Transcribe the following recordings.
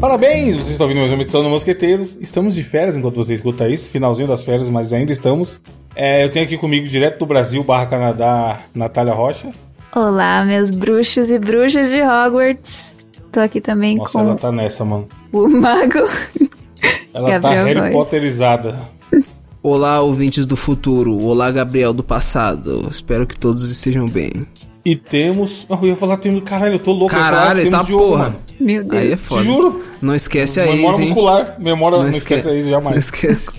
Parabéns! Vocês estão ouvindo mais uma edição do Mosqueteiros. Estamos de férias enquanto você escuta isso, finalzinho das férias, mas ainda estamos. É, eu tenho aqui comigo, direto do Brasil, barra Canadá, Natália Rocha. Olá, meus bruxos e bruxas de Hogwarts. Tô aqui também Nossa, com ela tá nessa, mano. o mago. Ela tá Gabriel Harry Góes. Potterizada. Olá, ouvintes do futuro. Olá, Gabriel do passado. Espero que todos estejam bem. E temos. Ah, eu ia falar temos. Caralho, eu tô louco. eu ia falar Caralho, temos tá Diogo, porra. mano. Meu Deus. Aí é foda. juro. Não esquece a Memória ex, hein? muscular. Memória. Não, esque- esquece isso Não jamais. esquece.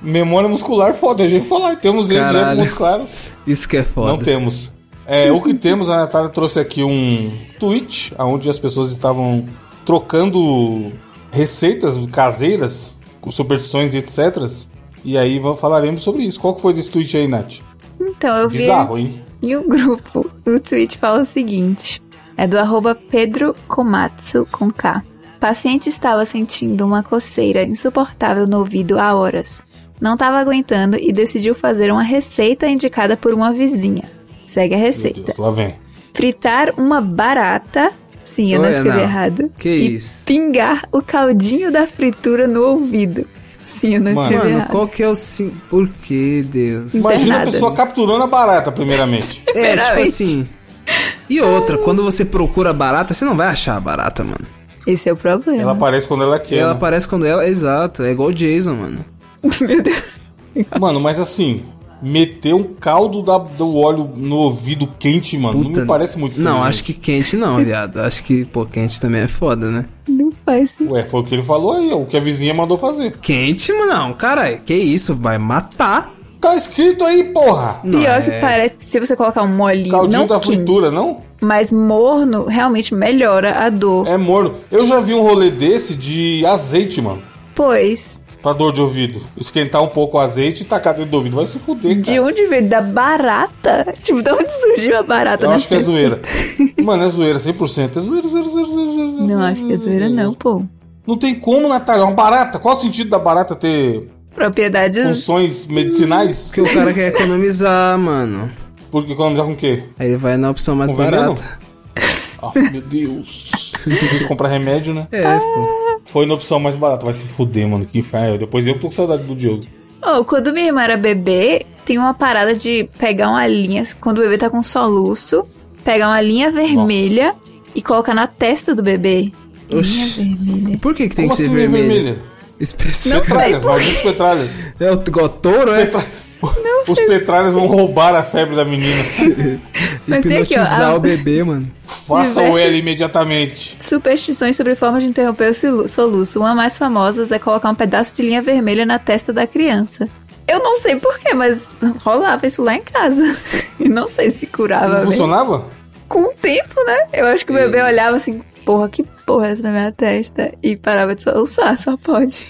Memória muscular, foda. A gente falar. Temos ele direto Caralho. muito claro. Isso que é foda. Não temos. É, o que temos, a Natália trouxe aqui um tweet onde as pessoas estavam trocando receitas caseiras, com superstições e etc. E aí va- falaremos sobre isso. Qual que foi desse tweet aí, Nath? Então, eu vi Bizarro, hein? E o grupo do tweet fala o seguinte: é do arroba Pedro Komatsu com K. Paciente estava sentindo uma coceira insuportável no ouvido há horas. Não estava aguentando e decidiu fazer uma receita indicada por uma vizinha. Segue a Meu receita. Deus, lá vem. Fritar uma barata. Sim, eu não Olha, escrevi não. errado. Que e isso? pingar o caldinho da fritura no ouvido. Sim, eu não Mano, escrevi Mano, errado. qual que é o sim? Por que, Deus? Não tem Imagina a nada. pessoa capturando a barata, primeiramente. É, tipo Primeiramente. assim. E outra, quando você procura a barata, você não vai achar a barata, mano. Esse é o problema. Ela aparece quando ela quer. Ela né? aparece quando ela. Exato, é igual o Jason, mano. Meu Deus. Mano, mas assim, meter um caldo da- do óleo no ouvido quente, mano, não me parece muito Não, inteligente. acho que quente não, viado. Acho que, pô, quente também é foda, né? Não faz sentido. Ué, foi o que ele falou aí, ó, o que a vizinha mandou fazer. Quente, mano, não, caralho. Que isso, vai matar. Tá escrito aí, porra! Pior que parece que se você colocar um molinho, é- Caldinho não da quente, fritura, não? mas morno, realmente melhora a dor. É morno. Eu já vi um rolê desse de azeite, mano. Pois, Pra dor de ouvido. Esquentar um pouco o azeite e tacar dentro do ouvido. Vai se fuder, cara. de onde veio? Da barata? Tipo, de onde surgiu a barata? Eu né? acho que é zoeira. Mano, é zoeira, 100%. É zoeira, zoeira, zoeira, zoeira, zoeira. Não, acho que é zoeira não, pô. Não tem como, Natália. É uma barata. Qual o sentido da barata ter Propriedades... funções medicinais? Porque o cara quer economizar, mano. Porque economizar com o quê? Aí ele vai na opção mais Com veneno? barata. Ah, meu Deus. Tem que comprar remédio, né? Ah, É, pô. Foi na opção mais barata. Vai se fuder, mano. Que inferno. Depois eu que tô com saudade do Diogo. Oh, quando minha irmã era bebê, tem uma parada de pegar uma linha, quando o bebê tá com soluço, pegar uma linha vermelha e colocar na testa do bebê. Oxi. Linha vermelha. E por que, que tem Como que ser assim, linha vermelho? vermelha? Específico. Petralhas, malditos petralhas. É o igual touro, é? Petra- Os petralhas vão roubar a febre da menina. Mas tem aqui, ó, ah. Hipnotizar a- o bebê, mano. Faça o Diversas- L imediatamente. Superstições sobre formas de interromper o silu- soluço. Uma mais famosas é colocar um pedaço de linha vermelha na testa da criança. Eu não sei porquê, mas rolava isso lá em casa. E não sei se curava. Não mesmo. funcionava? Com o tempo, né? Eu acho que o bebê olhava assim, porra, que porra é essa na minha testa? E parava de soluçar, só pode.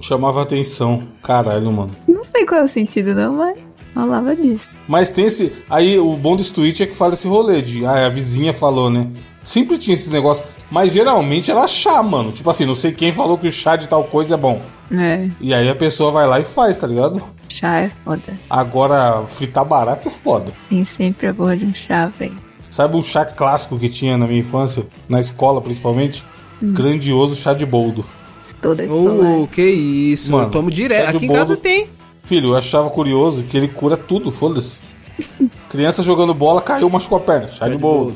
Chamava atenção. Caralho, mano. Não sei qual é o sentido, não, mas rolava disso. Mas tem esse. Aí o bom desse tweet é que fala esse rolê de. Ah, a vizinha falou, né? Sempre tinha esses negócios. Mas geralmente era chá, mano. Tipo assim, não sei quem falou que o chá de tal coisa é bom. É, E aí a pessoa vai lá e faz, tá ligado? chá é foda. Agora, fritar barato é foda. Tem sempre a porra de um chá, velho. Sabe um chá clássico que tinha na minha infância? Na escola, principalmente? Grandioso chá de boldo. Toda escolar. Ô, que isso. Mano, eu tomo tá direto. de Aqui em bolo. casa tem. Filho, eu achava curioso que ele cura tudo, foda-se. Criança jogando bola, caiu, machucou a perna. Tá Chá de boldo.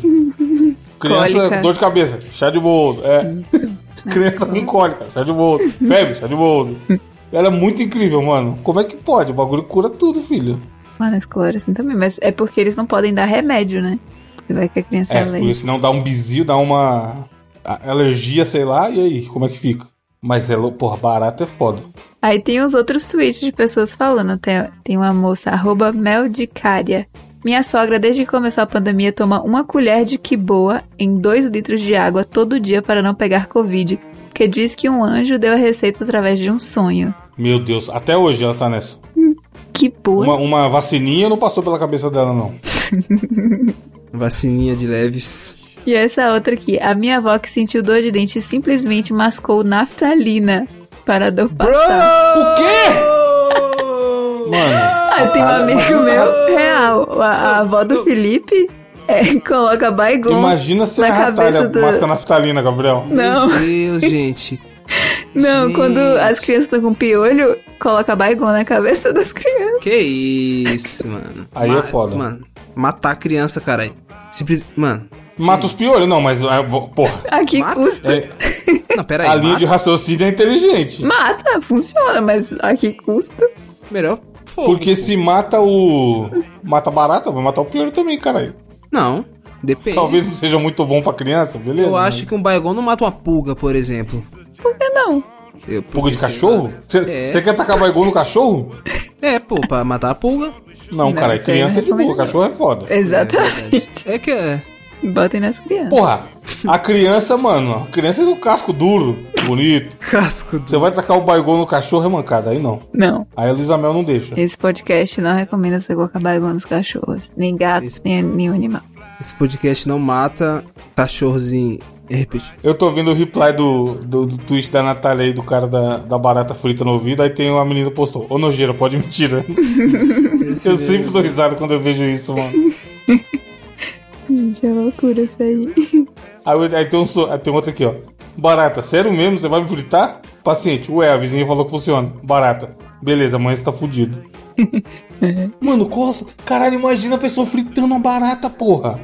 Criança Cólica. com dor de cabeça, chá de boldo. É. Criança com cólica, chá de boldo. Febre, chá de boldo. Era muito incrível, mano. Como é que pode? O bagulho cura tudo, filho. Lá na escola era assim também, mas é porque eles não podem dar remédio, né? Porque vai que a criança É, é, porque senão dá um bizil, dá uma a- alergia, sei lá, e aí, como é que fica? Mas é, lou- porra, barato é foda. Aí tem os outros tweets de pessoas falando. Tem, tem uma moça, arroba Meldicária. Minha sogra, desde que começou a pandemia, toma uma colher de quiboa em dois litros de água todo dia para não pegar Covid. Porque diz que um anjo deu a receita através de um sonho. Meu Deus, até hoje ela tá nessa. Quiboa? Uma, uma vacininha não passou pela cabeça dela, não. Vacininha de leves. E essa outra aqui. A minha avó que sentiu dor de dente simplesmente mascou naftalina para a dor passar. O Mano. Ah, eu tenho um Caralho, amigo mas meu real, a, a avó do Felipe. É, coloca Baigon. Imagina se na a cabeça Ratalha do... masca naftalina, Gabriel. Não, Meu Deus, gente. não, Gente. quando as crianças estão com piolho, coloca Baigon na cabeça das crianças. Que isso, mano. Aí é foda. Mano, matar a criança, caralho. Simples... Mano, Mata os piolhos, não, mas. é, bo- Porra. A que Mata? custa? É, não, pera aí. a linha mata- de raciocínio é inteligente. Mata, funciona, mas a que custa? Melhor fogo. Porque se mata o. Mata a barata, vai matar o piolho também, caralho. Não, depende. Talvez né? não seja muito bom pra criança, beleza? Eu acho que um baigon não mata uma pulga, por exemplo. Por que não? Eu, Pulga Um de porque, sei cachorro? né? lá. É. Você quer tacar baigol no cachorro? É, pô, pra matar a pulga. Não, Não, caralho, isso aí criança é não de boa, recomendo. cachorro é foda. Exatamente. É que é. Botem nas crianças. Porra, a criança, mano, a criança é um casco duro, bonito. Casco do... Você vai tacar o baigol no cachorro, é mancada, aí não. Não. Aí a Luísa Mel não deixa. Esse podcast não recomenda você colocar Baigon nos cachorros. Nem gatos, Esse- nem nenhum animal. Esse podcast não mata É cachorrozinho. Eu repito. Eu tô vendo o reply do, do, do tweet da Natália aí, do cara da, da barata frita no ouvido, aí tem uma menina que postou, ô nojeira, pode me tirar. eu sempre dou risada quando eu vejo isso, mano. Gente, é loucura isso aí. Aí, eu- aí tem, um, so- aí tem outro aqui, ó. Barata, sério mesmo? Você vai me fritar? Paciente, ué, a vizinha falou que funciona. Barata. Beleza, amanhã você tá fudido. Mano, coça. Caralho, imagina a pessoa fritando uma barata, porra.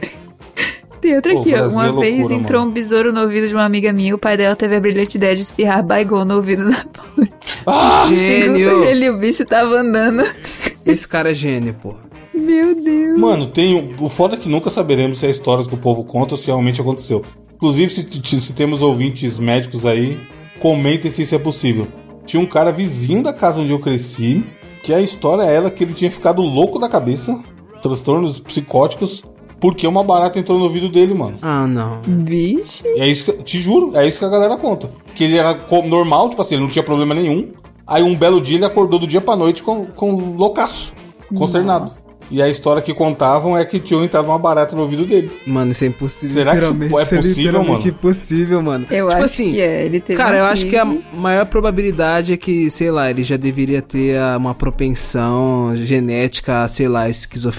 Tem outra Pô, aqui, ó. Brasil Uma é loucura, vez entrou mano. um besouro no ouvido de uma amiga minha. O pai dela teve a brilhante ideia de espirrar Baigon no ouvido da pobre. Ah! Segundo Gênio! ele, o bicho tava andando. Esse cara é gênio, porra. Meu Deus. Mano, tem. um- O foda é que nunca saberemos se é histórias que o povo conta ou se realmente aconteceu. Inclusive, se, t- t- se temos ouvintes médicos aí, comentem se isso é possível. Tinha um cara vizinho da casa onde eu cresci, que a história era que ele tinha ficado louco da cabeça, transtornos psicóticos, porque uma barata entrou no ouvido dele, mano. Ah, não. Vixe. É isso que, te juro, é isso que a galera conta. Que ele era co- normal, tipo assim, ele não tinha problema nenhum. Aí um belo dia ele acordou do dia pra noite com, com loucaço, consternado. E a história que contavam é que tinham entrado uma barata no ouvido dele. Mano, isso é impossível. Será que isso literalmente, é é possível, literalmente mano? impossível, mano. Eu tipo acho assim, que é. Ele teve Cara, um eu acho que a crise. maior probabilidade é que, sei lá, ele já deveria ter ah, uma propensão genética, a, sei lá,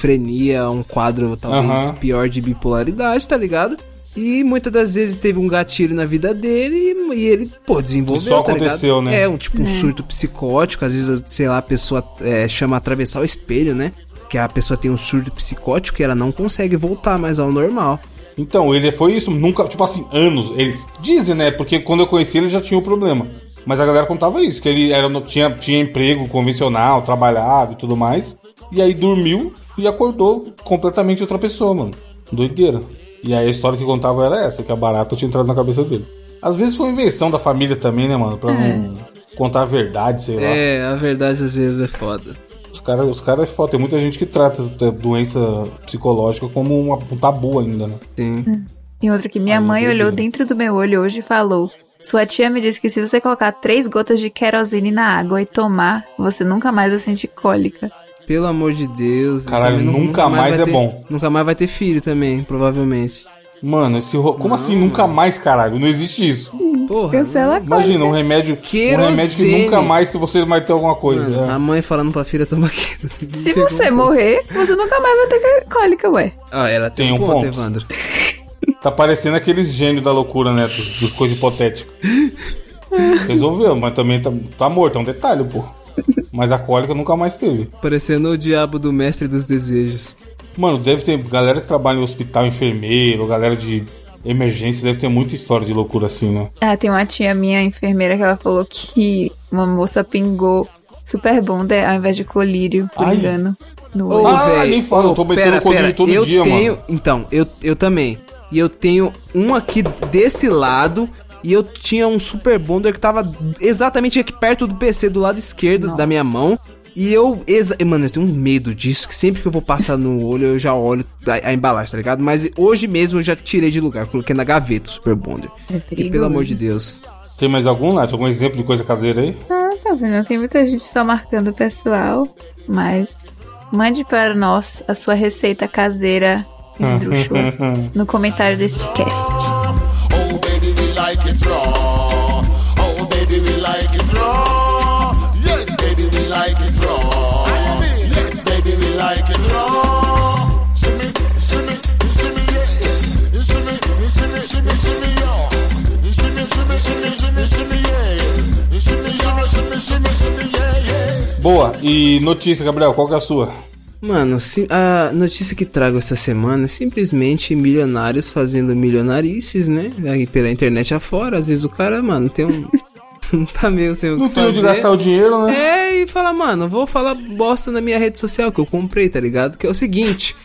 esquizofrenia, um quadro talvez Aham. pior de bipolaridade, tá ligado? E muitas das vezes teve um gatilho na vida dele e, e ele, pô, desenvolveu, E só tá aconteceu, ligado? né? É, um tipo um surto psicótico, às vezes, sei lá, a pessoa é, chama atravessar o espelho, né? Que a pessoa tem um surto psicótico e ela não consegue voltar mais ao normal. Então, ele foi isso, nunca, tipo assim, anos. Ele dizem, né? Porque quando eu conheci ele já tinha o problema. Mas a galera contava isso, que ele era, no- tinha, tinha emprego convencional, trabalhava e tudo mais. E aí dormiu e acordou completamente outra pessoa, mano. Doideira. E aí a história que contava era essa, que a barata tinha entrado na cabeça dele. Às vezes foi invenção da família também, né, mano? Pra não contar a verdade, sei lá. É, a verdade às vezes é foda. Os caras os cara é foda. Tem muita gente que trata da doença psicológica como uma, um tabu ainda, né? Sim. Hum. Tem outro que minha Aí, mãe doideira. olhou dentro do meu olho hoje e falou: Sua tia me disse que se você colocar três gotas de querosene na água e tomar, você nunca mais vai sentir cólica. Pelo amor de Deus. eu Caralho, também nu- nunca mais vai é ter- bom. Nunca mais vai ter filho também, provavelmente. Mano, esse ro... como assim nunca mais, caralho? Não existe isso. Porra. Cancela a cólica. Imagina um remédio, um Querosene. remédio que nunca mais se você vai ter alguma coisa. Mano, tá- é. a mãe falando pra filha tomar aquilo. Se um você morrer, você nunca mais vai ter cólica, ué. Ah, ela tem, Tem um um ponto, ponto. Evandro. Tá parecendo aqueles gênios da loucura, né? Dos, dos coisas hipotéticas. Resolveu, mas também tá, tá morto, é um detalhe, pô. Mas a cólica nunca mais teve. Parecendo o diabo do mestre dos desejos. Mano, deve ter galera que trabalha em hospital, enfermeiro, galera de emergência, deve ter muita história de loucura assim, né? Ah, tem uma tia minha, enfermeira, que ela falou que uma moça pingou super bunda ao invés de colírio, por Ai. engano. No Ô, olho. Ah, véi, nem fala, eu tô ô, metendo pera, o colírio pera, todo eu dia, tenho, mano. Então, eu, eu também. E eu tenho um aqui desse lado. E eu tinha um Super Bonder que tava exatamente aqui perto do PC, do lado esquerdo da minha mão. E eu. exa- Mano, eu tenho um medo disso, que sempre que eu vou passar no olho, eu já olho a, a embalagem, tá ligado? Mas hoje mesmo eu já tirei de lugar, coloquei na gaveta o Super Bonder. É e pelo perigoso. amor de Deus. Tem mais algum, Nath? Algum exemplo de coisa caseira aí? Ah, tá vendo? Tem muita gente só marcando o pessoal, mas mande para nós a sua receita caseira esdrúxula no comentário deste cast. Oh baby, we like it raw. Oh baby, we like it raw. Yes, baby, we like it raw. Yes, baby, we like it raw. Shimmy, shimmy, shimmy. Boa. E notícia, Gabriel, qual que é a sua? Mano, sim- a notícia que trago essa semana é simplesmente milionários fazendo milionarices, né? Aí pela internet afora. Às vezes o cara, mano, tem um. não tá meio sem o que Não tem onde fazer. gastar o dinheiro, né? É, e fala, mano, vou falar bosta na minha rede social que eu comprei, tá ligado? Que é o seguinte: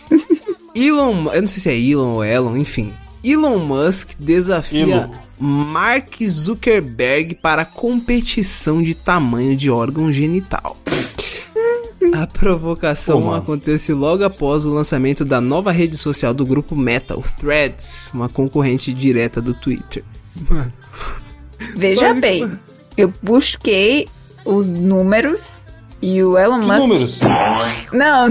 Elon, eu não sei se é Elon ou Elon, enfim. Elon Musk desafia Elon. Mark Zuckerberg para competição de tamanho de órgão genital. A provocação Pô, mano. acontece logo após o lançamento da nova rede social do grupo Meta, o Threads, uma concorrente direta do Twitter. Veja Basic- bem, eu busquei os números e o Elon Que Musk. números? Não, não,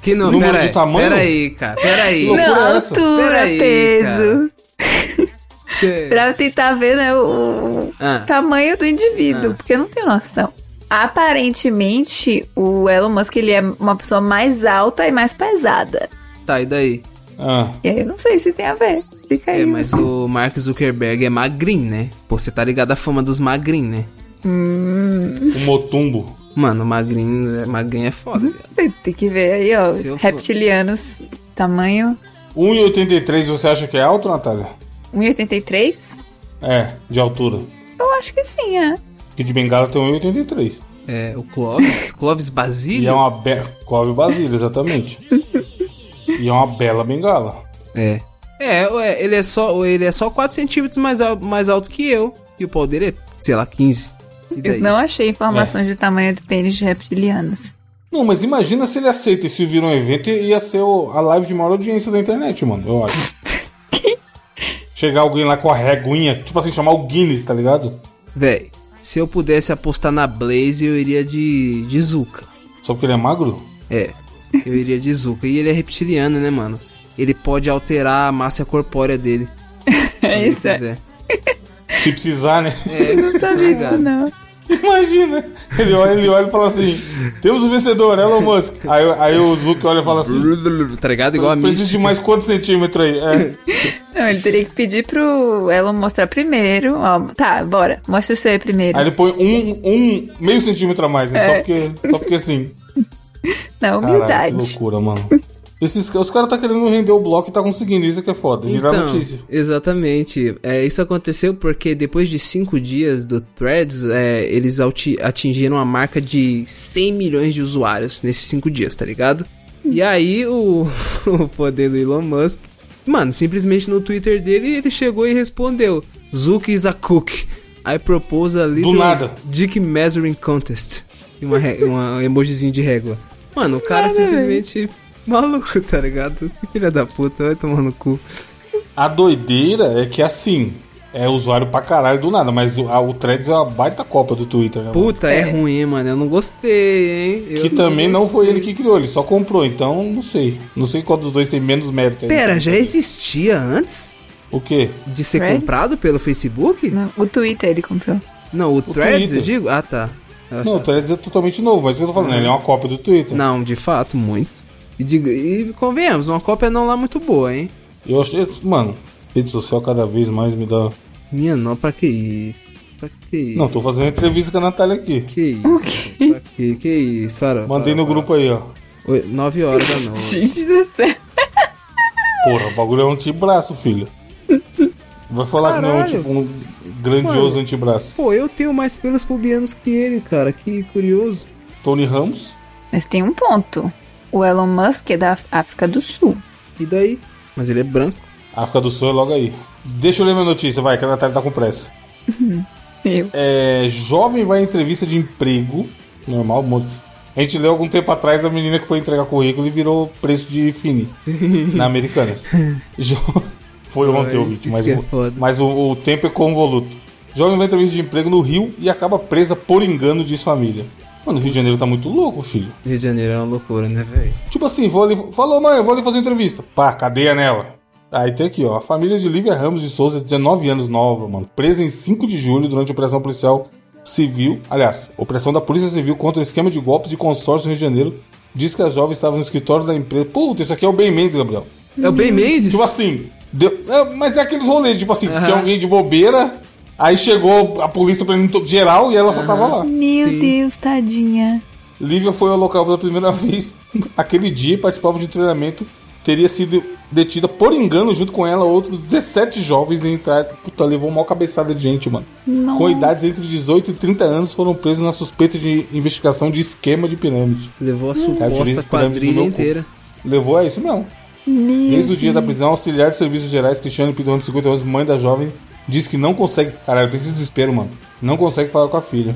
Que não, Número pera de aí, tamanho? pera aí, cara, pera aí. Loucura não, essa? altura, Peraí, peso. Que- Pra tentar ver né, o, o Ah. tamanho do indivíduo, porque eu não tenho noção. Aparentemente, o Elon Musk ele é uma pessoa mais alta e mais pesada. Tá, e daí? Ah, E aí eu não sei se tem a ver. Fica aí. É, mas o Mark Zuckerberg é magrinho, né? Pô, você tá ligado à fama dos magrinhos, né? o Motumbo. Mano, magrinho, é- magrinho é Uhum. foda, viado. Tem que ver aí, ó. Os Se eu for- reptilianos, tamanho 1,83 você acha que é alto, Natália? 1,83? É, de altura. Eu acho que sim, é. Que de bengala tem 1,83. É, o Clóvis, Clóvis E é Basílio? uma bela. Cove Basílio, exatamente. e é uma bela bengala. É. É, ué, ele é só, ele é só 4 centímetros mais, al- mais alto que eu. E o pau dele é, sei lá, 15. E daí? É. Eu não achei informações do tamanho do pênis de reptilianos. Não, mas imagina se ele aceita isso vira um evento e ia ser o- a live de maior audiência da internet, mano, eu acho. Chegar alguém lá com a reguinha, tipo assim, chamar o Guinness, tá ligado? Véi, se eu pudesse apostar na Blaze, eu iria de, de Zuka. Só porque ele é magro? É, eu iria de Zuka. E ele é reptiliano, né, mano? Ele pode alterar a massa corpórea dele. É isso, é. é. Se precisar, né? É, Não sabia disso, não. Imagina! Ele olha, ele olha e fala assim: temos o vencedor, Elon Musk. Aí, aí o Zuck olha e fala assim: Tá ligado? Igual a precisa de Misty. mais quantos centímetros aí? É. Não, ele teria que pedir pro Elon mostrar primeiro. Ó, tá, bora. Mostra o seu aí primeiro. Aí ele põe um, um meio centímetro a mais, né? Só, porque, só porque sim. Na Caralho, humildade. que loucura, mano. Esses, os caras tá querendo render o bloco e tá conseguindo, isso que é foda. Virar Então, notícia. exatamente. É, isso aconteceu porque depois de cinco dias do Threads, é, eles alti- atingiram a marca de 100 milhões de usuários nesses cinco dias, tá ligado? E aí o, o poder do Elon Musk, mano, simplesmente no Twitter dele ele chegou e respondeu: Zuki is a cook. I propose a little nada. dick measuring contest. E uma, re- uma- um emojizinho de régua. Mano, o cara simplesmente maluco, tá ligado? Filha da puta, vai tomar no cu. A doideira é que assim, é usuário pra caralho do nada, mas o, a- o Threads é uma baita copa do Twitter, né? mano? Puta, é, ruim, hein, mano. Eu não gostei, hein? Eu que também não foi ele que criou, ele só comprou, então não sei. Não sei qual dos dois tem menos mérito aí. Pera, já existia antes O quê? de ser Threads? comprado pelo Facebook? Não, Não, O Twitter ele comprou. o, Threads, Twitter. eu digo? Ah, tá. Eu Não, o Threads é totalmente novo, mas o que eu tô falando, ele é uma cópia do Twitter. Não, de fato, muito. E, digo- e convenhamos, uma cópia não lá muito boa, hein? Eu achei, mano, rede social cada vez mais me dá. Minha não, pra que isso? Pra que isso? Não, tô fazendo entrevista com a Natália aqui. Que isso? Pra que, que isso, Farol? Mandei no grupo aí, ó. grupo. 9 horas da noite. Gente do céu. Porra, o bagulho é um antebraço, filho. Vai falar Caralho. que não é um, tipo, um grandioso Mano. antebraço. Pô, eu tenho mais pelos pubianos que ele, cara. Que curioso. Tony Ramos? Mas tem um ponto. O Elon Musk é da África do Sul. E daí? Mas ele é branco. África do Sul é logo aí. Deixa eu ler minha notícia, vai, que a Natália tá com pressa. Eu. É, jovem vai em entrevista de emprego. Normal, mo- A gente leu algum tempo atrás a menina que foi entregar currículo e virou preço de Fini na Americanas. Jo- Foi ontem, Ai, ouvinte, mas, isso que o- é foda. mas o, o tempo é convoluto. Jovem vai em entrevista de emprego no Rio e acaba presa por engano de família. Mano, o Rio de Janeiro tá muito louco, filho. Rio de Janeiro é uma loucura, né, velho? Tipo assim, vou ali. Falou, mãe, eu vou ali fazer entrevista. Pá, cadeia nela. Aí tem aqui, ó. A família de Lívia Ramos de Souza, 19 anos nova, mano. Presa em 5 de julho durante a operação policial civil. Aliás, operação da Polícia Civil contra o esquema de golpes de consórcio no Rio de Janeiro. Diz que a jovem estava no escritório da empresa. Puta, isso aqui é o Ben Mendes, Gabriel. É o Ben Mendes? Tipo assim. deu- é, mas é aqueles rolês, tipo assim, Aham. tinha alguém de bobeira. Aí chegou a polícia prendendo geral e ela só tava lá. Meu Sim. Deus, tadinha. Lívia foi ao local pela primeira vez aquele dia e participava de um treinamento. Teria sido detida por engano junto com ela outros 17 jovens em entrar. Puta, levou uma cabeçada de gente, mano. Não. Com idades entre 18 e 30 anos foram presos na suspeita de investigação de esquema de pirâmide. Levou a Cara, eu tirei suposta esse pirâmide do quadrilha meu cu. inteira. Levou a isso mesmo. Desde o dia da prisão, auxiliar de serviços gerais, Cristiane Pidon, de 50 anos, mãe da jovem, diz que não consegue. Caralho, preciso de desespero, mano. Não consegue falar com a filha.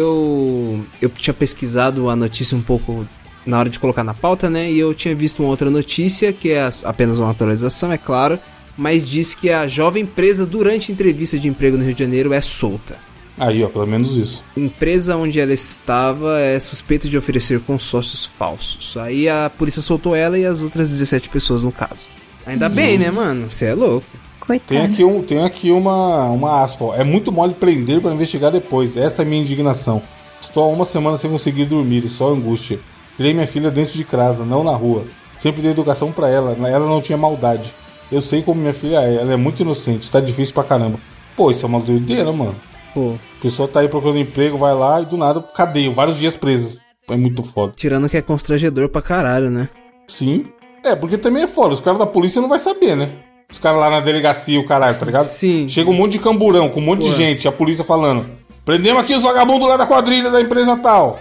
Eu eu tinha pesquisado a notícia um pouco na hora de colocar na pauta, né? E eu tinha visto uma outra notícia que é as- apenas uma atualização, é claro, mas diz que a jovem presa durante entrevista de emprego no Rio de Janeiro é solta. Aí, ó, pelo menos isso. Empresa onde ela estava é suspeita de oferecer consórcios falsos. Aí a polícia soltou ela e as outras 17 pessoas no caso. Ainda Uhum. bem, né, mano? Você é louco. Tem Coitado. aqui, um, tem aqui uma, uma aspa. ó. É muito mole prender pra investigar depois. Essa é a minha indignação. Estou há uma semana sem conseguir dormir, e só angústia. Criei minha filha dentro de casa, não na rua. Sempre dei educação pra ela. Ela não tinha maldade. Eu sei como minha filha é. Ela é muito inocente. Está difícil pra caramba. Pô, isso é uma doideira, mano. Pô, A pessoa tá aí procurando emprego, vai lá e do nada, cadeia. Vários dias presas. É muito foda. tirando que é constrangedor pra caralho, né? Sim. É, porque também é foda. Os caras da polícia não vai saber, né? Os caras lá na delegacia, o caralho, tá ligado? Sim. Chega um monte de camburão, com um monte de gente, a polícia falando. Prendemos aqui os vagabundos lá da quadrilha da empresa tal.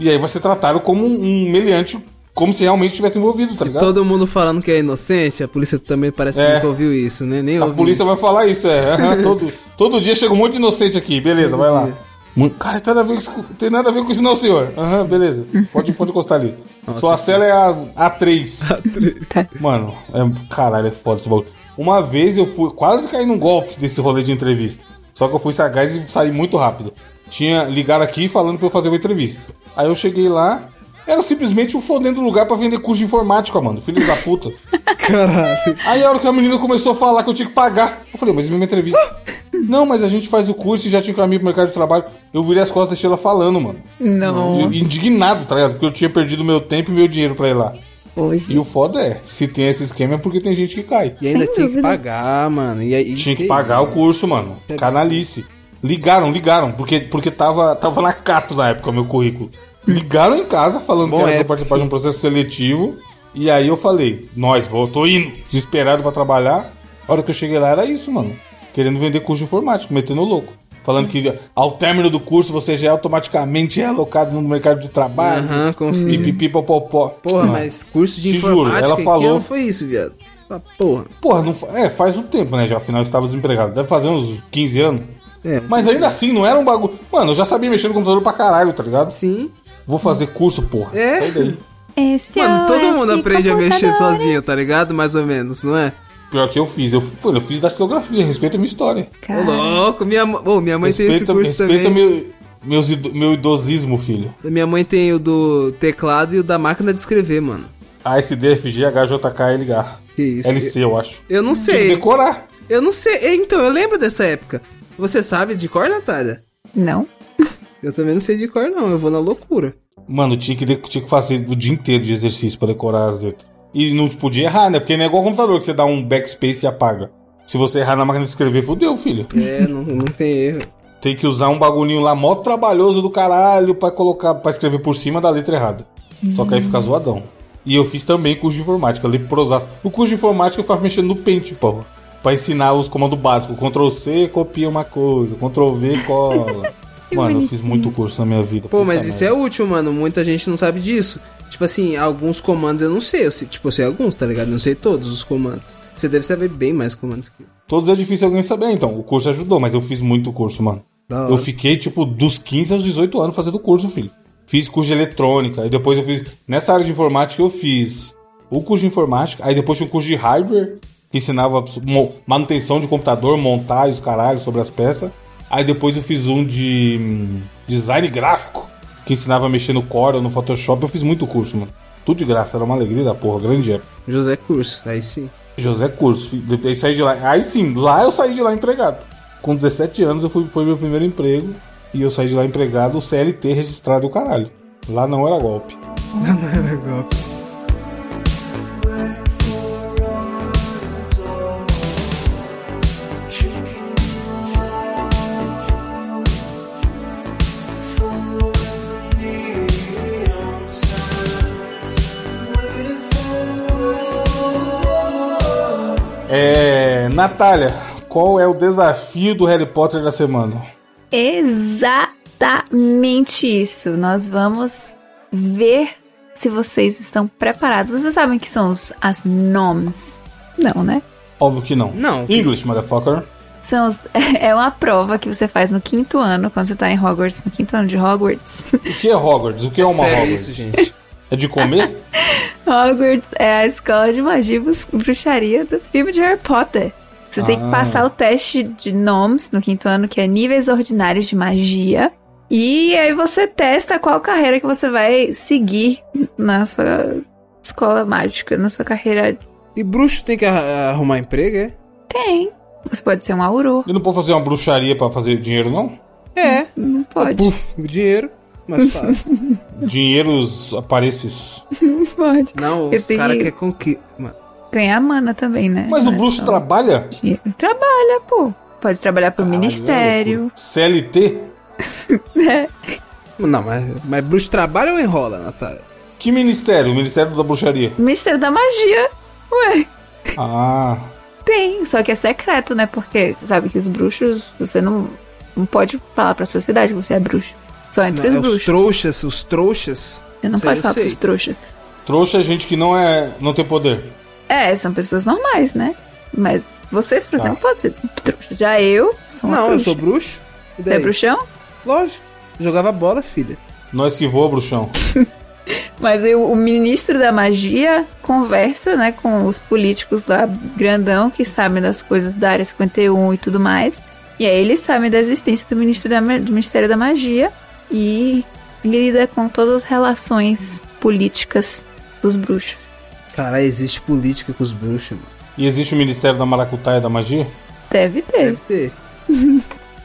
E aí vai ser tratado como um, um meliante, como se realmente tivesse envolvido, tá ligado? Todo mundo falando que é inocente, a polícia também parece que É. nunca ouviu isso, né? Nem A ouviu polícia isso. vai falar isso, é. Aham, todo, todo dia chega um monte de inocente aqui, beleza, vai lá. Mu- Cara, tem nada, a ver com, isso- tem nada a ver com isso não, senhor. Aham, beleza. Pode, pode encostar ali. Sua cela é a A3. Mano, é, caralho, é foda esse bagulho. Uma vez eu fui, quase caí num golpe desse rolê de entrevista. Só que eu fui sagaz e saí muito rápido. Tinha ligaram aqui falando pra eu fazer uma entrevista. Aí eu cheguei lá, era simplesmente um fodendo lugar pra vender curso de informática, mano. Filho da puta. Caralho. Aí a hora que a menina começou a falar que eu tinha que pagar, eu falei, mas e minha entrevista? Não, mas a gente faz o curso e já tinha caminho pro mercado de trabalho. Eu virei as costas e deixei ela falando, mano. Não. Eu- indignado, tá ligado? Porque eu tinha perdido meu tempo e meu dinheiro pra ir lá. Hoje. E o foda é, se tem esse esquema é porque tem gente que cai. E ainda Sem tinha que dúvida. pagar, mano. E aí, Tinha que pagar o curso, mano. Canalice. Ligaram, ligaram, porque, porque tava, tava na Cato na época, meu currículo. Ligaram em casa falando Bom, que era é. pra participar de um processo seletivo. E aí eu falei, nós, vou, tô indo, desesperado pra trabalhar. A hora que eu cheguei lá era isso, mano. Querendo vender curso de informática, metendo louco. Falando que ao término do curso você já é automaticamente realocado no mercado de trabalho. Aham, confio. e pipi, popopó. Porra, Mano, mas curso de te juro, informática, ela em que falou- ano foi isso, viado? Ah, porra. Porra, não, fa- é, faz um tempo, né? Já afinal eu estava desempregado. Deve fazer uns 15 anos. É, Mas ainda assim, não era um bagulho. Mano, eu já sabia mexer no computador pra caralho, tá ligado? sim. Vou fazer curso, porra. É. Sai daí. Esse Mano, todo OS mundo aprende a mexer computador. sozinho, tá ligado? Mais ou menos, não é? Pior que eu fiz. Eu, mano, eu fiz datilografia, respeita a minha história. Ô, Cara, louco, minha, mo- Ô, minha mãe tem esse Respeita, curso respeita também. meu, meus ido- meu idosismo, filho. Minha mãe tem o do teclado e o da máquina de escrever, mano. ASD, FG, HJK, LH. Que isso, é- LC, eu acho. Eu não Tinha que sei. decorar. Eu não sei. É, Então, eu lembro dessa época. Você sabe de cor, Natália? não. Eu também não sei de cor, não. Eu vou na loucura. Mano, tinha que, de- tinha que fazer o dia inteiro de exercício pra decorar as letras. E não podia errar, né? Porque não é igual computador que você dá um backspace e apaga. Se você errar na máquina de escrever, fodeu, filho. É, não, não tem erro. Tem que usar um bagulhinho lá mó trabalhoso do caralho pra colocar para escrever por cima da letra errada. Só que aí fica zoadão. E eu fiz também curso de informática, ali prosasco. O curso de informática eu faço mexendo no pente, porra. Pra ensinar os comandos básicos. Ctrl C, copia uma coisa. Ctrl V, cola. Mano, eu fiz muito curso na minha vida. Pô, mas isso é útil, mano. Muita gente não sabe disso. Tipo assim, alguns comandos eu não sei. Eu sei tipo, eu sei alguns, tá ligado? Eu não sei todos os comandos. Você deve saber bem mais comandos que eu. Todos é difícil alguém saber, então. O curso ajudou, mas eu fiz muito curso, mano. Da hora. Eu fiquei, tipo, dos 15 aos 18 anos fazendo curso, filho. Fiz curso de eletrônica, aí depois eu fiz. Nessa área de informática eu fiz o curso de informática, aí depois tinha um curso de hardware, que ensinava mo- manutenção de computador, montar e os caralhos sobre as peças. Aí depois eu fiz um de hum, design gráfico, que ensinava a mexer no Corel, no Photoshop. Eu fiz muito curso, mano. Tudo de graça, era uma alegria da porra, grande época. José Curso, aí sim. José Curso. Aí saí de lá. Aí sim, lá eu saí de lá empregado. Com 17 anos eu fui, foi meu primeiro emprego. E eu saí de lá empregado, CLT registrado e o caralho. Lá não era golpe. Yeah. É, Natália, qual é o desafio do Harry Potter da semana? Exatamente isso. Nós vamos ver se vocês estão preparados. Vocês sabem que são os, as nomes? Não, né? Óbvio que não. Não. English, motherfucker. São os- é uma prova que você faz no quinto ano, quando você tá em Hogwarts, no quinto ano de Hogwarts. O que é Hogwarts? O que é uma Sério Hogwarts? isso, gente. É de comer? Hogwarts é a escola de magia e bus- bruxaria do filme de Harry Potter. Você tem que Ah. passar o teste de nomes no quinto ano, que é níveis ordinários de magia. E aí você testa qual carreira que você vai seguir na sua escola mágica, na sua carreira. E bruxo tem que a- arrumar emprego, é? Tem. Você pode ser um auro. E não pode fazer uma bruxaria pra fazer dinheiro, não? É. Não Hum, pode. Puf, dinheiro, mas fácil. Dinheiros apareces. Não pode. Não, Eu os tenho caras que- querem conquista. Mano, Ganhar mana também, né? Mas Não o é bruxo só trabalha? dinheiro. Trabalha, pô. Pode trabalhar pro ministério. Caralho, CLT? Não, mas, mas bruxo trabalha ou enrola, Natália? Que ministério? O Ministério da Bruxaria. Ministério da magia. Ué. Ah, Tem, só que é secreto, né? Porque você sabe que os bruxos, você não, não pode falar pra sociedade que você é bruxo. Só Senão entre os é bruxos. trouxas, os trouxas. Você não Isso aí pode eu falar sei. pros trouxas. trouxa é gente que não é, não tem poder. É, são pessoas normais, né? Mas vocês, por Tá. exemplo, podem ser trouxas. Já eu sou uma Não, eu bruxa. sou bruxo. E Você é daí? bruxão? Lógico. Jogava bola, filha. Nós que voa, bruxão. Mas aí o o ministro da magia conversa, né, com os políticos lá grandão que sabem das coisas da área 51 e tudo mais. E aí eles sabem da existência do ministro da, ma- do Ministério da Magia e lida com todas as relações políticas dos bruxos. Cara, existe política com os bruxos, mano. E existe o Ministério da Maracutaia da Magia? Deve É. ter. Deve ter.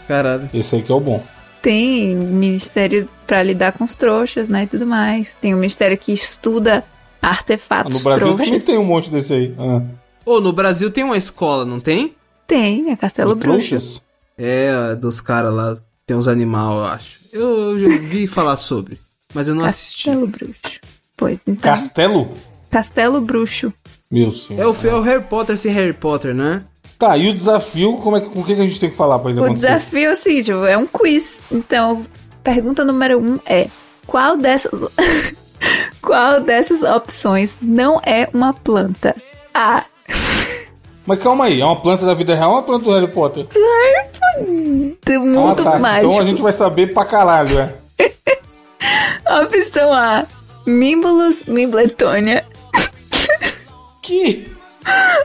Caralho. Esse aí que é o bom. Tem ministério pra lidar com os trouxas, né, e tudo mais. Tem o ministério que estuda Ah, artefatos No Brasil trouxas. também tem um monte desse aí. Ah, Ô, no Brasil tem uma escola, não tem? Tem, é Castelo de Bruxo. trouxas? É, dos caras lá, tem uns animal, eu acho. Eu, eu já ouvi falar sobre, mas eu não assisti. Castelo Bruxo. Pois então. Castelo? Castelo Bruxo. Meu É senhor. o, é o Harry Potter sem Harry Potter, né? Tá, e o desafio, como é que, com o que que a gente tem que falar pra ele O acontecer? desafio é o seguinte, é um quiz. Então, pergunta número um é: qual dessas qual dessas opções não é uma planta? A. Mas calma aí, é uma planta da vida real ou é uma planta do Harry Potter? Do mundo ah, tá. mágico. Então a gente vai saber pra caralho, é. Opção A: Mimbulus mimbletonia. Que?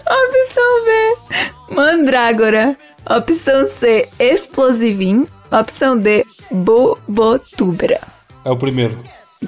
Opção B: Mandrágora. Opção C: Explosivim. Opção D: Bobotubra. É o primeiro.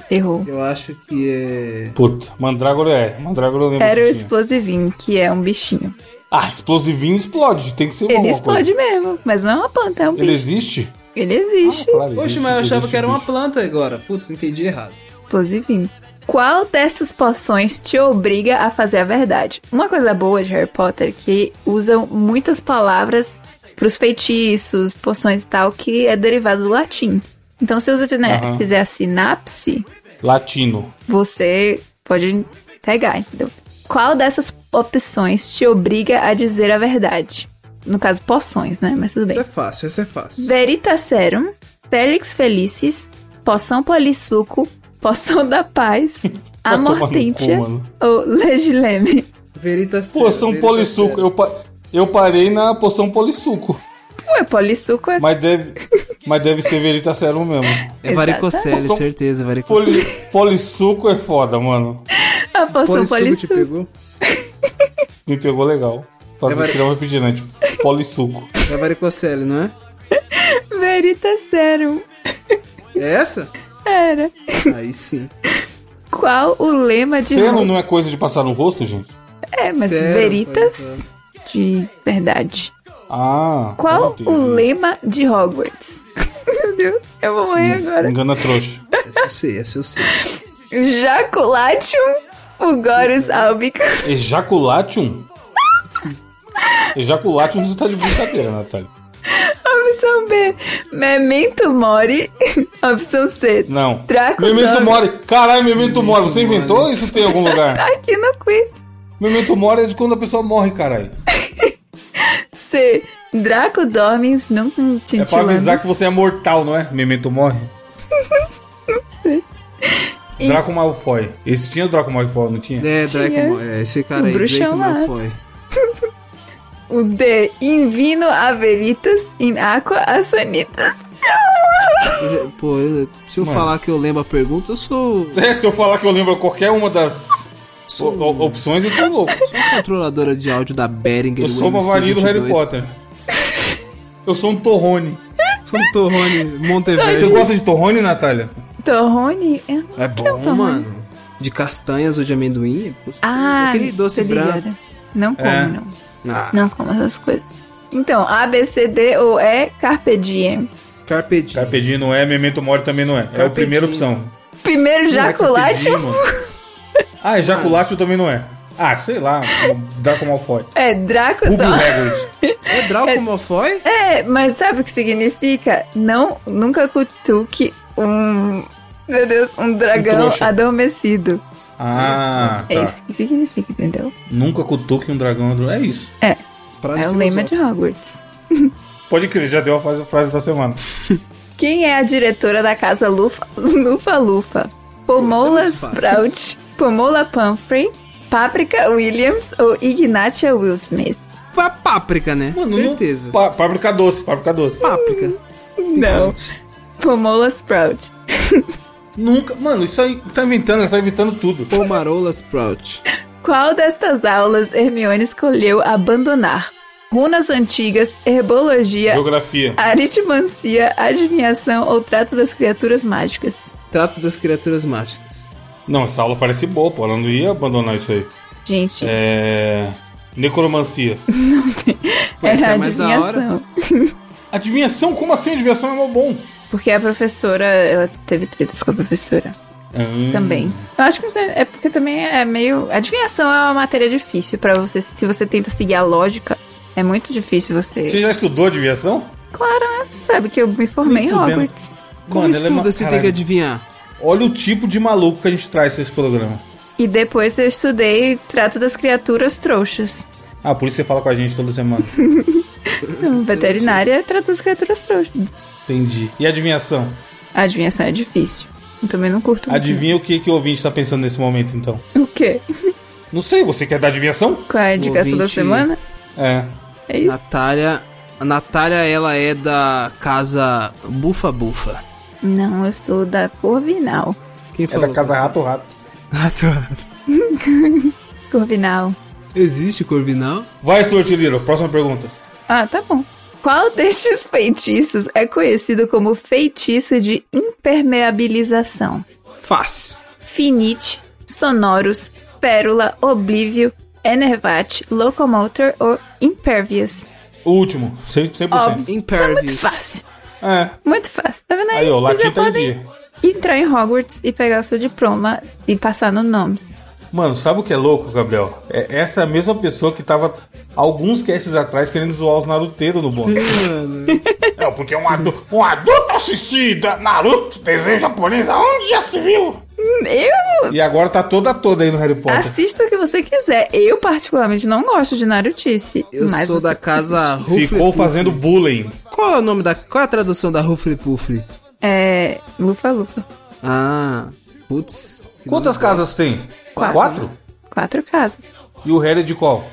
Errou. Eu acho que é. Puta, Mandrágora é. Mandrágora eu lembro Era o que tinha. Explosivim, que é um bichinho. Ah, explosivinho explode. Tem que ser Ele alguma explode mesmo, mas não é uma planta, é um Coisa. Ele bicho. existe? Ele existe, Claro, Poxa, existe, mas eu achava existe que era uma bicho. planta agora. Putz, entendi errado. inclusive. Qual dessas poções te obriga a fazer a verdade? Uma coisa boa de Harry Potter é que usam muitas palavras pros feitiços, poções e tal, que é derivado do latim. Então, se você fizer, Aham. fizer a sinapse, Latino. você pode pegar, entendeu? Qual dessas opções te obriga a dizer a verdade? No caso, poções, né? Mas tudo bem. Isso é fácil, isso é fácil. Veritaserum, Felix Felicis, Poção Polissuco, Poção da Paz, Vai tomar no cu, Amortentia mano. ou Legileme. Veritacera. Poção polissuco. Eu, pa- eu parei na poção polissuco. Ué, Polissuco é... Mas deve, mas deve ser veritaserum mesmo. É varicocele, Poção- certeza, varicocele. Poli, polissuco é foda, mano. a Poção Polissuco tipo, te Polissuco. pegou? Me pegou legal. É Fazer vari- tirar um refrigerante. Polissuco. É varicocele, não é? Veritaserum. É essa? Era. Aí sim. Qual o lema de... Seno Ro- não é coisa de passar no rosto, gente? É, mas Sério, Veritas de verdade. Ah. Qual entendi. o lema de Hogwarts? Meu Deus, eu vou morrer agora. Engana trouxa. Essa eu sei, essa eu sei. Jaculatium Ugoris Albicus. Ejaculatium? Ejaculatium você tá de brincadeira, Natália. Opção B, Memento Mori. Opção C, Não. Draco Memento Dog. Mori. Caralho, Memento Mori. Você inventou ou isso tem em algum lugar? Aqui no quiz. Memento Mori é de quando a pessoa morre, caralho. ser Draco Dormins nunca É pra avisar né? que você é mortal, não é? Memento morre. Draco Malfoy. Esse tinha o Draco Malfoy, não tinha? É, Tinha. Draco, é, esse cara O aí, Draco bruxão lá. Malfoy. O D. Invino avelitas in aqua asanitas. Eu já- Pô, eu- se eu Mano. falar que eu lembro a pergunta, eu sou, É, se eu falar que eu lembro qualquer uma das o- sou, o- opções, eu tô louco. sou controladora de áudio da Behringer. Eu sou uma varinha do Harry Potter. Eu sou um torrone. Sou um Torrone Você Monteverde. gosta de torrone, Natália? Torrone? Eu- É um bom, torrone? mano. De castanhas ou de amendoim. gostoso. Ah, Aquele doce tô branco. ligada. Não como, É. não. Ah, Não como essas coisas. Então, A, B, C, D ou E, Carpe Diem. Carpe Diem. Carpe Diem não é, Memento Mori também não é. é a Carpe primeira Diem. opção. Primeiro, é Jaculatium. Carpe Diem, mano. Ah, e Jaculatio também não é. Ah, sei lá. Draco Malfoy. É, Draco Rubio Dormins. Hagrid. É Draco Malfoy? É, mas sabe o que significa? Não, nunca cutuque um. Meu Deus, um dragão trouxa. adormecido. Ah, É tá. isso que significa, entendeu? Nunca cutuque um dragão. É isso. É, Frase é o lema de filosófica. Hogwarts. Pode crer, já deu a frase, frase da semana. Quem é a diretora da casa Lufa Lufa? Lufa? Pomola muito fácil. Sprout, Pomola Pumphrey, Páprica Williams ou Ignatia Wildsmith? Pá- Páprica, né? Mano, não- Certeza. Pá- Páprica doce, páprica doce. Páprica. Não. Pomola Sprout. Nunca. Mano, isso aí tá inventando, ela tá inventando tudo. Pomarola Sprout. Qual destas aulas Hermione escolheu abandonar? Runas antigas, herbologia, Geografia. aritmancia, adivinhação ou trato das criaturas mágicas? Trato das criaturas mágicas. Não, essa aula parece boa, pô. Ela não ia abandonar isso aí. Gente, é, É. Necromancia. Pô, isso era é mais da hora. adivinhação. Adivinhação? Como assim adivinhação é mal bom? Porque a professora, ela teve tretas com a professora Hum. Ah, também. Eu acho que você- é porque também é meio. Adivinhação é uma matéria difícil pra você. Se você tenta seguir a lógica, é muito difícil você. Você já estudou adivinhação? Claro, né? Você sabe que eu me formei em fudendo. Hogwarts. Como Mano, ela é estuda ma- se tem caralho. que adivinhar? Olha o tipo de maluco que a gente traz pra esse programa. E depois eu estudei Trato das Criaturas Trouxas. Ah, por isso você fala com a gente toda semana. Então, Veterinária é Trato das Criaturas Trouxas. Entendi. E adivinhação? A adivinhação é difícil. Eu também não curto muito. Adivinha o que, que o ouvinte tá pensando nesse momento, então. O quê? Não sei, você quer dar adivinhação? Qual é a indicação da Ouvinte. semana? É. É isso. Natália. A Natália, ela é da casa Bufa Bufa. Não, eu sou da Corvinal. Quem É falou? da casa Rato Rato. Rato. Rato. Corvinal. Existe Corvinal? Vai, Stuart Little, próxima pergunta. Ah, tá bom. Qual destes feitiços é conhecido como feitiço de impermeabilização? Fácil. Finite, Sonorus, Pérola, Oblívio, Enervat, Locomotor ou Impervious? O último, 100%. Óbvio. Muito Impervious. fácil. É. Muito fácil. Tá vendo aí? Aí, ó, o Vocês latim já tá em podem dia. entrar em Hogwarts e pegar o seu diploma e passar no NOMS. Mano, sabe o que é louco, Gabriel? É essa mesma pessoa que tava alguns casts atrás querendo zoar os naruteiros no bonde. Sim, mano. É, porque um adulto, um adulto assistida, Naruto, desenho japonês, aonde já se viu? Eu E agora tá toda toda aí no Harry Potter. assisto o que você quiser. Eu, particularmente, não gosto de Narutice. Eu mas sou você da casa Ruffle Ficou Puffle. fazendo bullying. Qual é o nome da. Qual é a tradução da Ruffle Puffle? É. Lufa, lufa. Ah. Putz. Quantas casas tem? Quatro. Quatro casas. E o Harry é de qual?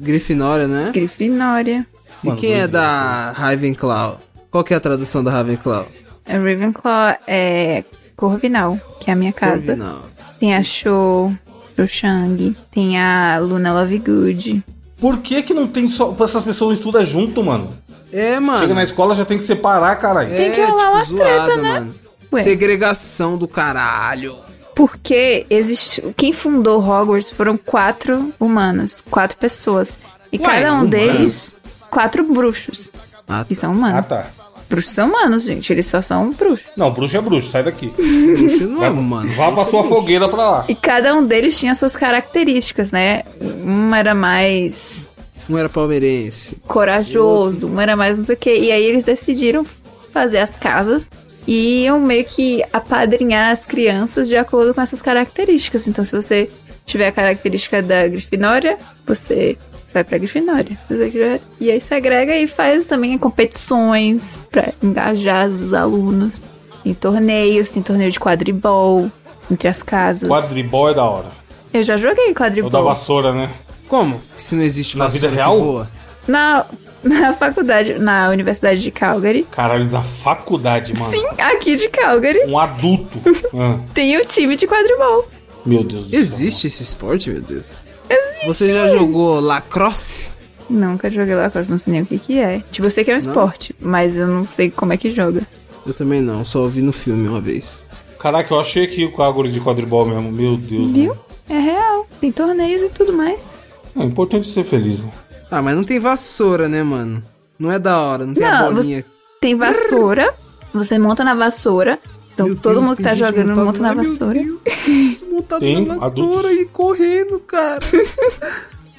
Grifinória, né? Grifinória. E quem é da Ravenclaw? Qual que é a tradução da Ravenclaw? A Ravenclaw é Corvinal, que é a minha casa. Corvinal. Tem a Cho, Cho Shang. Tem a Luna Lovegood. Por que que não tem só... Essas pessoas não estudam junto, mano. É, mano. É, Chega na escola, já tem que separar, caralho. Tem que rolar umas treta, né? tipo, mano. Ué. Segregação do caralho. Porque existe... quem fundou Hogwarts foram quatro humanos, quatro pessoas. E Ué, cada um humanos? deles, quatro bruxos, Ah, que são Ah, humanos. tá. Bruxos são humanos, gente. Eles só são bruxos. Não, bruxo é bruxo, sai daqui. bruxo não é humano. Vá pra sua fogueira pra lá. E cada um deles tinha suas características, né? Um era mais Um era palmeirense. corajoso, um era mais não sei o que. E aí eles decidiram fazer as casas e iam meio que apadrinhar as crianças de acordo com essas características. Então, se você tiver a característica da Grifinória, você vai pra Grifinória. E aí se agrega e faz também competições pra engajar os alunos. Tem torneios, tem torneio de quadribol entre as casas. Quadribol é da hora. Eu já joguei O da quadribol. vassoura, né? Como? Se não existe Na vassoura vida que real? voa. Na, na faculdade, na Universidade de Calgary. Caralho, da faculdade, mano. Sim, aqui de Calgary Um adulto. Ah, tem o time de quadribol. meu Deus do céu. Existe esse esporte, meu Deus? Existe. Você já jogou lacrosse? Nunca joguei lacrosse, não sei nem o que que é. Tipo, eu sei que é um esporte, mas eu não sei como é que joga. Eu também não, só ouvi no filme uma vez. Caraca, eu achei aqui o Kagura de quadribol mesmo. Meu Deus. Viu? Hum. mano. É real. Tem torneios e tudo mais. É importante ser feliz, né? Ah, mas não tem vassoura, né, mano? Não é da hora, não tem a Não, bolinha. você tem vassoura. Você monta na vassoura. Então Meu todo Deus, mundo que tem tá gente jogando montada monta no- na Ai, meu vassoura. Deus, tem gente montada Tem na vassoura e correndo, cara.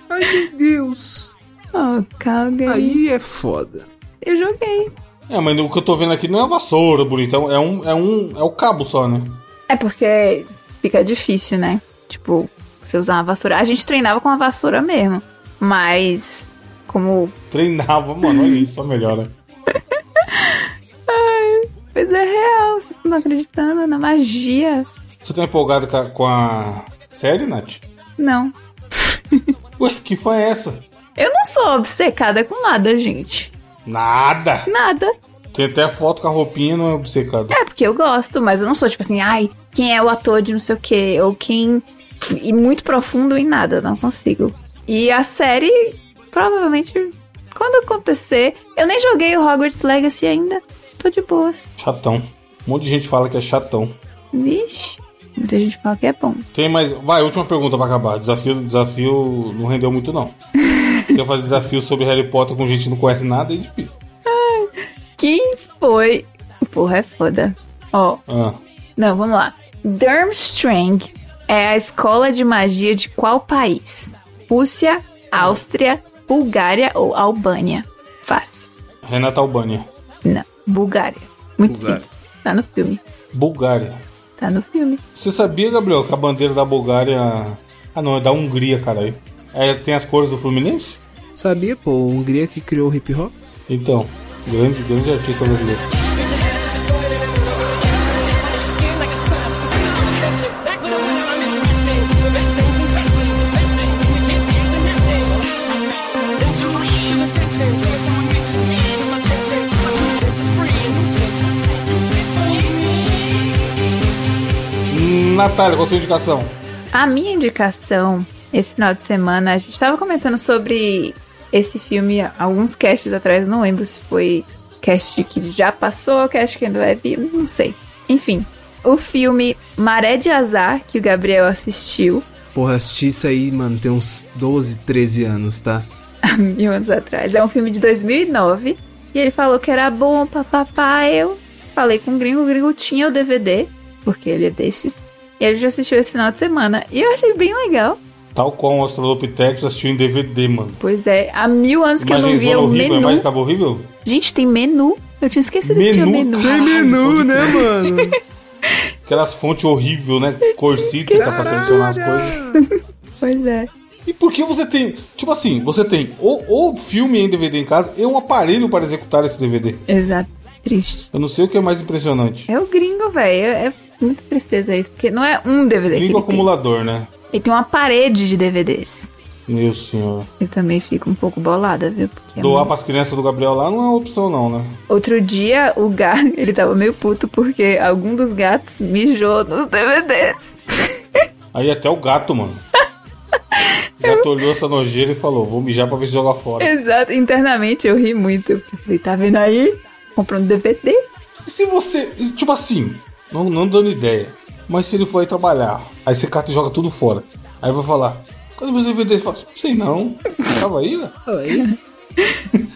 Ai, meu Deus. Oh, Calgary. Aí é foda. Eu joguei. É, mas o que eu tô vendo aqui não é uma vassoura bonita. É um, é um. É o cabo só, né? É porque fica difícil, né? Tipo, você usar uma vassoura. A gente treinava com a vassoura mesmo. Mas, como. Treinava, mano. Olha isso, só melhora. Pois é real, vocês não estão acreditando na magia. Você tá empolgado com a, com a série, Nath? Não. Ué, que fã é essa? Eu não sou obcecada com nada, gente. Nada! Nada. Tem até foto com a roupinha não é obcecado. É, porque eu gosto, mas eu não sou tipo assim, ai, quem é o ator de não sei o quê, ou quem. E muito profundo em nada, não consigo. E a série, provavelmente, quando acontecer. Eu nem joguei o Hogwarts Legacy ainda. Tô de boas. Chatão. Um monte de gente fala que é chatão. Vixe. Muita gente fala que é bom. Tem mais. Vai, última pergunta pra acabar. Desafio, desafio não rendeu muito, não. Quer fazer desafio sobre Harry Potter com gente que não conhece nada é difícil. Quem foi. Porra, é foda. Ó, Ah, não, vamos lá. Durmstrang é a escola de magia de qual país? Rússia, Áustria, Bulgária ou Albânia? Fácil. Renata Albânia. Não, Bulgária. Muito Bulgária. simples. Tá no filme. Bulgária. Tá no filme. Você sabia, Gabriel, que a bandeira da Bulgária. Ah, não, é da Hungria, caralho. É, tem as cores do Fluminense? Sabia, pô, a Hungria que criou o hip hop? Então, grande, grande artista brasileiro. Hum, Natália, qual a sua indicação? A minha indicação, esse final de semana, a gente tava comentando sobre esse filme alguns casts atrás, não lembro se foi cast que já passou, cast que ainda vai vir, não sei. Enfim, o filme Maré de Azar, que o Gabriel assistiu Porra, assisti isso aí, mano, tem uns 12, 13 anos, tá? há mil anos atrás, é um filme de 2009, e ele falou que era bom, papapá, eu falei com o gringo, o gringo tinha o DVD, porque ele é desses, e a gente assistiu esse final de semana, e eu achei bem legal. Tal qual o Australopithecus assistiu em DVD, mano. Pois é, há mil anos que eu não Imagens via foram o horríveis, menu. a imagem tava horrível? Gente, tem menu. Eu tinha esquecido que tinha Menu? menu. Tem menu, né, mano? Aquelas fontes horríveis, né? Corcito tá pra selecionar as coisas. Pois é. E por que você tem. Tipo assim, você tem ou o filme em DVD em casa e um aparelho para executar esse DVD. Exato. Triste. Eu não sei o que é mais impressionante. É o gringo, velho. É é muita tristeza isso, porque não é um DVD. que Liga o ele, tem. acumulador, né? ele tem uma parede de DVDs. Meu senhor. Eu também fico um pouco bolada, viu? Porque é Doar muito- pras crianças do Gabriel lá não é uma opção, não, né? Outro dia, o gato, ele tava meio puto porque algum dos gatos mijou nos DVDs. Aí até o gato, mano. O gato olhou essa nojeira e falou: Vou mijar pra ver se joga fora. Exato. Internamente, eu ri muito. Eu falei, tá vendo aí? Comprando DVD. E se você. Tipo assim, não, não dando ideia. Mas se ele for aí trabalhar, aí você cata e joga tudo fora. Aí vai falar: Cadê meus DVD? Ele fala: Sei não. Tava aí, né?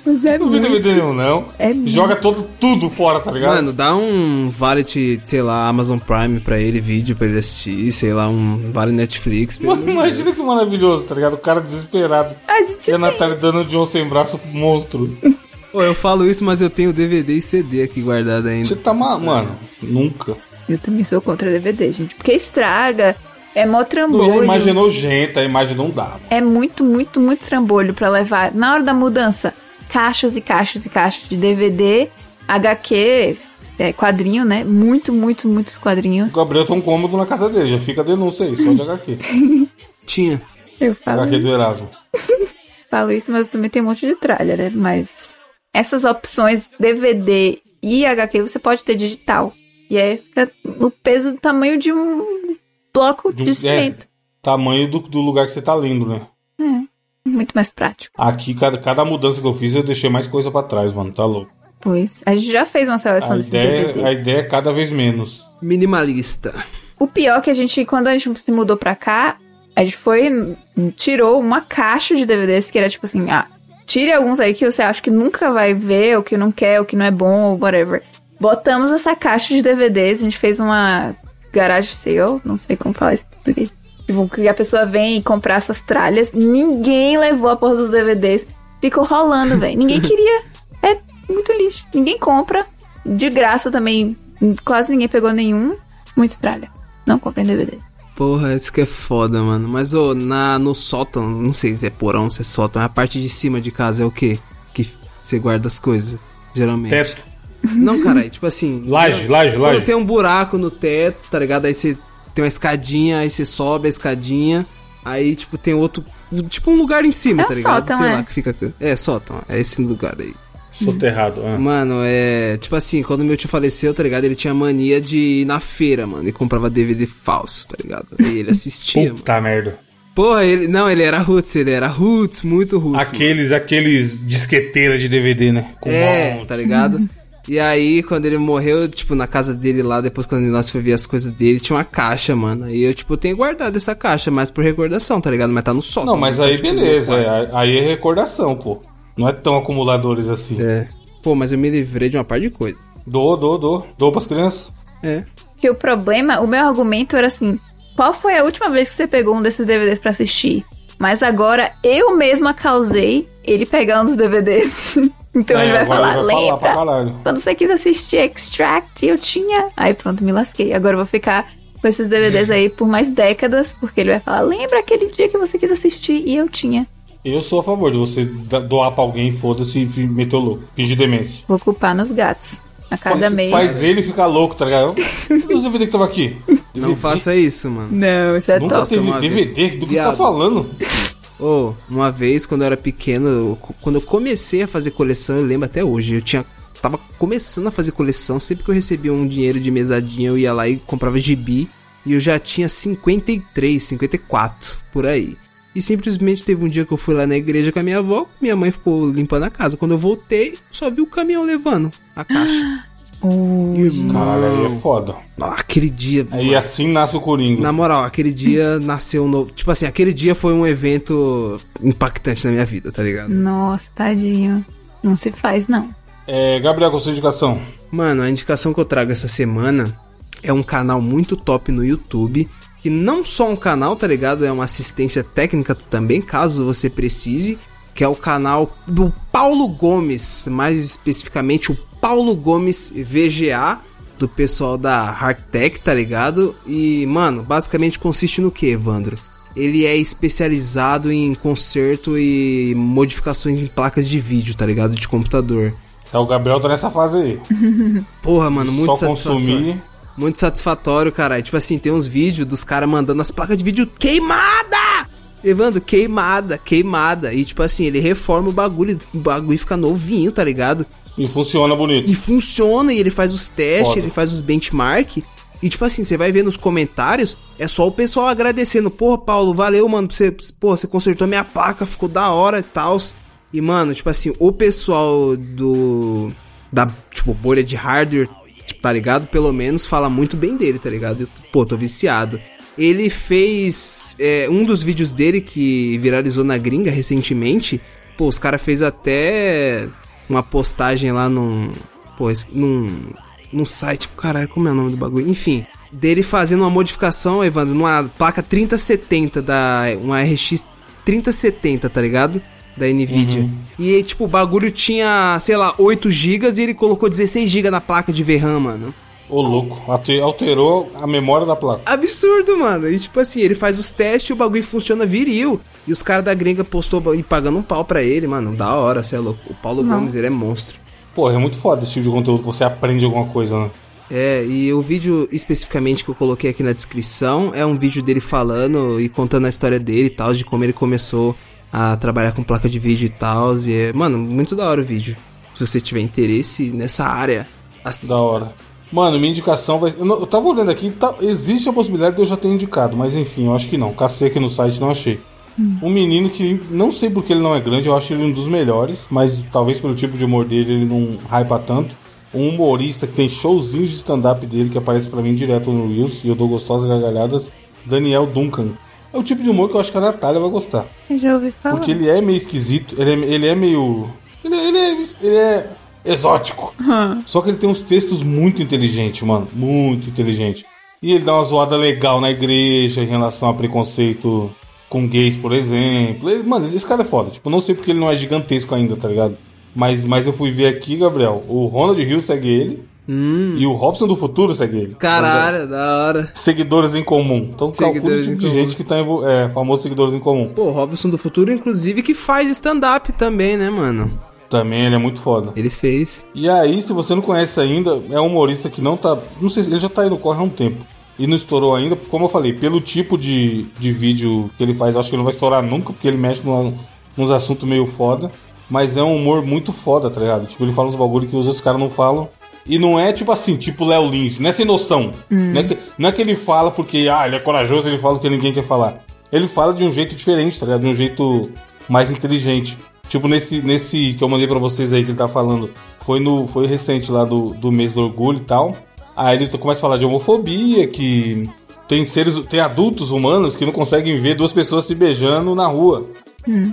Mas é Não vi muito. DVD nenhum, não. É joga todo, tudo fora, tá ligado? Mano, dá um vale, de, sei lá, Amazon Prime pra ele, vídeo pra ele assistir, sei lá, um vale Netflix. Pra Mano, ele. imagina que maravilhoso, tá ligado? O cara desesperado. A gente E a Natália dando de um sem braço monstro. Pô, eu falo isso, mas eu tenho DVD e CD aqui guardado ainda. Você tá mal, mano. Nunca. Eu também sou contra DVD, gente. Porque estraga, É mó Não trambolho. ia imagem nojenta, a imagem não dá. É muito, muito, muito trambolho pra levar. Na hora da mudança, caixas e caixas e caixas de DVD, HQ, é, quadrinho, né? Muito, muito, muitos quadrinhos. O Gabriel tá um cômodo na casa dele, já fica a denúncia aí, só de HQ. Tinha. Eu falo, HQ do Erasmo. falo isso, mas também tem um monte de tralha, né? Mas essas opções DVD e HQ você pode ter digital. E aí fica no peso do tamanho de um bloco De de, um- é. cimento. Tamanho do, do lugar que você tá lendo, né? Muito mais prático. Aqui, cada, cada mudança que eu fiz, eu deixei mais coisa pra trás, mano. Tá louco. Pois. A gente já fez uma seleção A desses ideia, DVDs. a ideia é cada vez menos. Minimalista. O pior é que a gente, quando a gente se mudou pra cá, a gente foi, tirou uma caixa de DVDs que era tipo assim, ah, tire alguns aí que você acha que nunca vai ver, ou que não quer, ou que não é bom, ou whatever. Botamos essa caixa de DVDs, a gente fez uma garage sale, não sei como falar isso em português. Tipo, que a pessoa vem e comprar suas tralhas. Ninguém levou a porra dos DVDs. Ficou rolando, velho. Ninguém queria. É muito lixo. Ninguém compra. De graça também. Quase ninguém pegou nenhum. Muito tralha. Não comprem DVD. Porra, isso que é foda, mano. Mas ô, na, no sótão, não sei se é porão, se é sótão, a parte de cima de casa é o quê? Que você guarda as coisas, geralmente. Teto. Não, cara, é tipo assim. Laje, laje, Quando laje. tem um buraco no teto, tá ligado? Aí você tem uma escadinha, aí você sobe a escadinha, aí, tipo, tem outro. Tipo um lugar em cima, É um tá ligado? sótão, Sei é. lá, que fica. É, sótão, é esse lugar aí. Soterrado. ah. Mano, é. Tipo assim, quando meu tio faleceu, tá ligado? Ele tinha mania de ir na feira, mano, e comprava DVD falso, tá ligado? E ele assistia, mano. Puta merda. Porra, ele. Não, ele era roots, ele era roots, muito roots. mano. Aqueles, aqueles disqueteiras de DVD, né? Com É, monte. tá ligado? E aí, quando ele morreu, tipo, na casa dele lá, depois quando nós foi ver as coisas dele, tinha uma caixa, mano. E eu, tipo, tenho guardado essa caixa, mas por recordação, tá ligado? Mas tá no sótão. Não, mas né? aí Tipo, beleza. no é, quarto. Aí, é recordação, pô. Não é tão acumuladores assim. É. Pô, mas eu me livrei de uma par de coisa. Dou, dou, dou. Dou pras crianças. É. Que o problema, o meu argumento era assim: qual foi a última vez que você pegou um desses DVDs pra assistir? Mas agora eu mesma causei ele pegar um dos DVDs. Então É, ele vai agora falar, ele vai falar pra lembra? caralho. Quando você quis assistir Extract, eu tinha. Aí pronto, me lasquei. Agora eu vou ficar com esses DVDs aí por mais décadas, porque ele vai falar, lembra aquele dia que você quis assistir e eu tinha. Eu sou a favor de você da- doar pra alguém, foda-se e fi- meter o louco. Fingir demência. Vou culpar nos gatos. A cada faz, mês. faz ele ficar louco, tá ligado? Cadê os DVD que tava aqui? Não DVD? faça isso, mano. Não, isso é Nunca top. teve uma vez. DVD? Do que você tá Viado. falando? Ô, uma vez, quando eu era pequeno, eu- quando eu comecei a fazer coleção, eu lembro até hoje, eu tinha. Tava começando a fazer coleção, sempre que eu recebia um dinheiro de mesadinha, eu ia lá e comprava gibi. E eu já tinha 53, 54, por aí. E simplesmente teve um dia que eu fui lá na igreja com a minha avó, minha mãe ficou limpando a casa. Quando eu voltei, só vi o caminhão levando a caixa. Uh, Caralho, aí é foda. Ah, aquele dia. Aí assim nasce o Coringa. Na moral, aquele dia nasceu um novo. Tipo assim, aquele dia foi um evento impactante na minha vida, tá ligado? Nossa, tadinho. Não se faz, não. É, Gabriel, com sua indicação. Mano, a indicação que eu trago essa semana é um canal muito top no YouTube. Que não só um canal, tá ligado? É uma assistência técnica também, caso você precise. Que é o canal do Paulo Gomes, mais especificamente o Paulo Gomes VGA, do pessoal da Hardtech, tá ligado? E, mano, basicamente consiste no que, Evandro? Ele é especializado em conserto e modificações em placas de vídeo, tá ligado? De computador. É, o Gabriel tá nessa fase aí. Porra, mano, muito Só satisfatório. consumir. Muito satisfatório, cara. E, tipo assim, tem uns vídeos dos caras mandando as placas de vídeo queimada! Evandro, queimada, queimada. E tipo assim, ele reforma o bagulho, o bagulho fica novinho, tá ligado? E funciona bonito. E funciona, e ele faz os testes, Foda. ele faz os benchmark. E tipo assim, você vai ver nos comentários, é só o pessoal agradecendo. Porra, Paulo, valeu, mano. Você, porra, você consertou minha placa, ficou da hora e tal. E, mano, tipo assim, o pessoal do. Da, tipo, bolha de hardware, tipo, tá ligado? Pelo menos fala muito bem dele, tá ligado? Eu, pô, tô viciado. Ele fez. é, um dos vídeos dele que viralizou na gringa recentemente. Pô, os caras fez até uma postagem lá num. Pô, esse- num num site, caralho, como é o nome do bagulho? Enfim, dele fazendo uma modificação, Evandro, numa placa 3070 da uma RX 3070, tá ligado? Da Nvidia. E tipo, o bagulho tinha, sei lá, 8 GB e ele colocou 16 GB na placa de VRAM, mano. Ô, louco. Alte- Alterou a memória da placa. Absurdo, mano. E tipo assim, ele faz os testes e o bagulho funciona viril. E os caras da gringa postou e pagando um pau pra ele, mano. Da hora, você é louco. O Paulo Nossa. Gomes, ele é monstro. Porra, é muito foda esse tipo de conteúdo que você aprende alguma coisa, né? É, e o vídeo especificamente que eu coloquei aqui na descrição é um vídeo dele falando e contando a história dele e tal, de como ele começou a trabalhar com placa de vídeo e tal. E é, mano, muito da hora o vídeo. Se você tiver interesse nessa área, assista. Da hora. Mano, minha indicação vai. Eu, não- eu tava olhando aqui, tá- existe a possibilidade de eu já ter indicado, mas enfim, eu acho que não. Cacei aqui no site, não achei. Um menino que não sei porque ele não é grande, eu acho ele um dos melhores, mas talvez pelo tipo de humor dele ele não hypa tanto. Um humorista que tem showzinhos de stand-up dele que aparece pra mim direto no Reels e eu dou gostosas gargalhadas, Daniel Duncan. É o tipo de humor que eu acho que a Natália vai gostar. Eu já ouvi falar. Porque ele é meio esquisito, ele é, ele é meio. Ele, é- ele é, ele é exótico. Hum. Só que ele tem uns textos muito inteligentes, mano. Muito inteligente. E ele dá uma zoada legal na igreja em relação a preconceito com gays, por exemplo. Ele- mano, esse cara é foda. Tipo, não sei porque ele não é gigantesco ainda, tá ligado? Mas, mas eu fui ver aqui, Gabriel. O Ronald Hill segue ele. E o Robson do Futuro segue ele. Hum. Caralho, da hora. Seguidores em comum. Então calcula o Seguidores tipo em de comum. gente que tá envol... É, famoso seguidores em comum. Pô, Robson do Futuro, inclusive, que faz stand-up também, né, mano? Também ele é muito foda. Ele fez. E aí, se você não conhece ainda, é um humorista que não tá. Não sei se ele já tá aí no corre há um tempo. E não estourou ainda, como eu falei, pelo tipo de, de vídeo que ele faz, eu acho que ele não vai estourar nunca, porque ele mexe numa, nos assuntos meio foda. Mas é um humor muito foda, tá ligado? Tipo, ele fala uns bagulho que os outros caras não falam. E não é tipo assim, tipo Léo Lins, não é sem noção. Não, é que, não é que ele fala porque, ah, ele é corajoso, ele fala o que ninguém quer falar. Ele fala de um jeito diferente, tá ligado? De um jeito mais inteligente. Tipo, nesse, nesse que eu mandei pra vocês aí que ele tá falando, foi no foi recente lá do, do mês do orgulho e tal. Aí ele t- começa a falar de homofobia, que tem seres, tem adultos humanos que não conseguem ver duas pessoas se beijando na rua.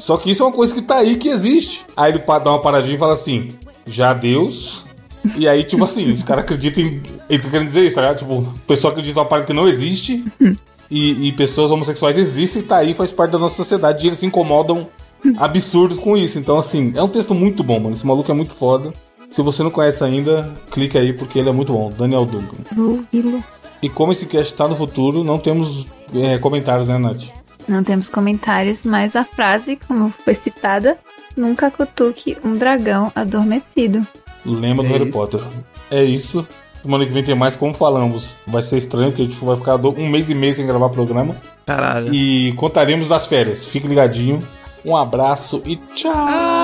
Só que isso é uma coisa que tá aí, que existe. Aí ele pa- dá uma paradinha e fala assim: já Deus. E aí, tipo assim, os caras acreditam em. Eles querem dizer isso, tá ligado? Tipo, o pessoal acredita numa parada que não existe. E, e pessoas homossexuais existem, tá aí, faz parte da nossa sociedade. E eles se incomodam absurdos com isso. Então, assim, é um texto muito bom, mano. Esse maluco é muito foda. Se você não conhece ainda, clica aí porque ele é muito bom. Daniel Duncan. Vou ouvi-lo. E como esse cast tá no futuro, não temos é, comentários, né, Nath? Não temos comentários, mas a frase, como foi citada, nunca cutuque um dragão adormecido. Lembra do É Harry isso. Potter. É isso. Semana que vem tem mais, como falamos. Vai ser estranho, porque a gente vai ficar do- um mês e meio sem gravar programa. Caralho. E contaremos das férias. Fique ligadinho. Um abraço e tchau!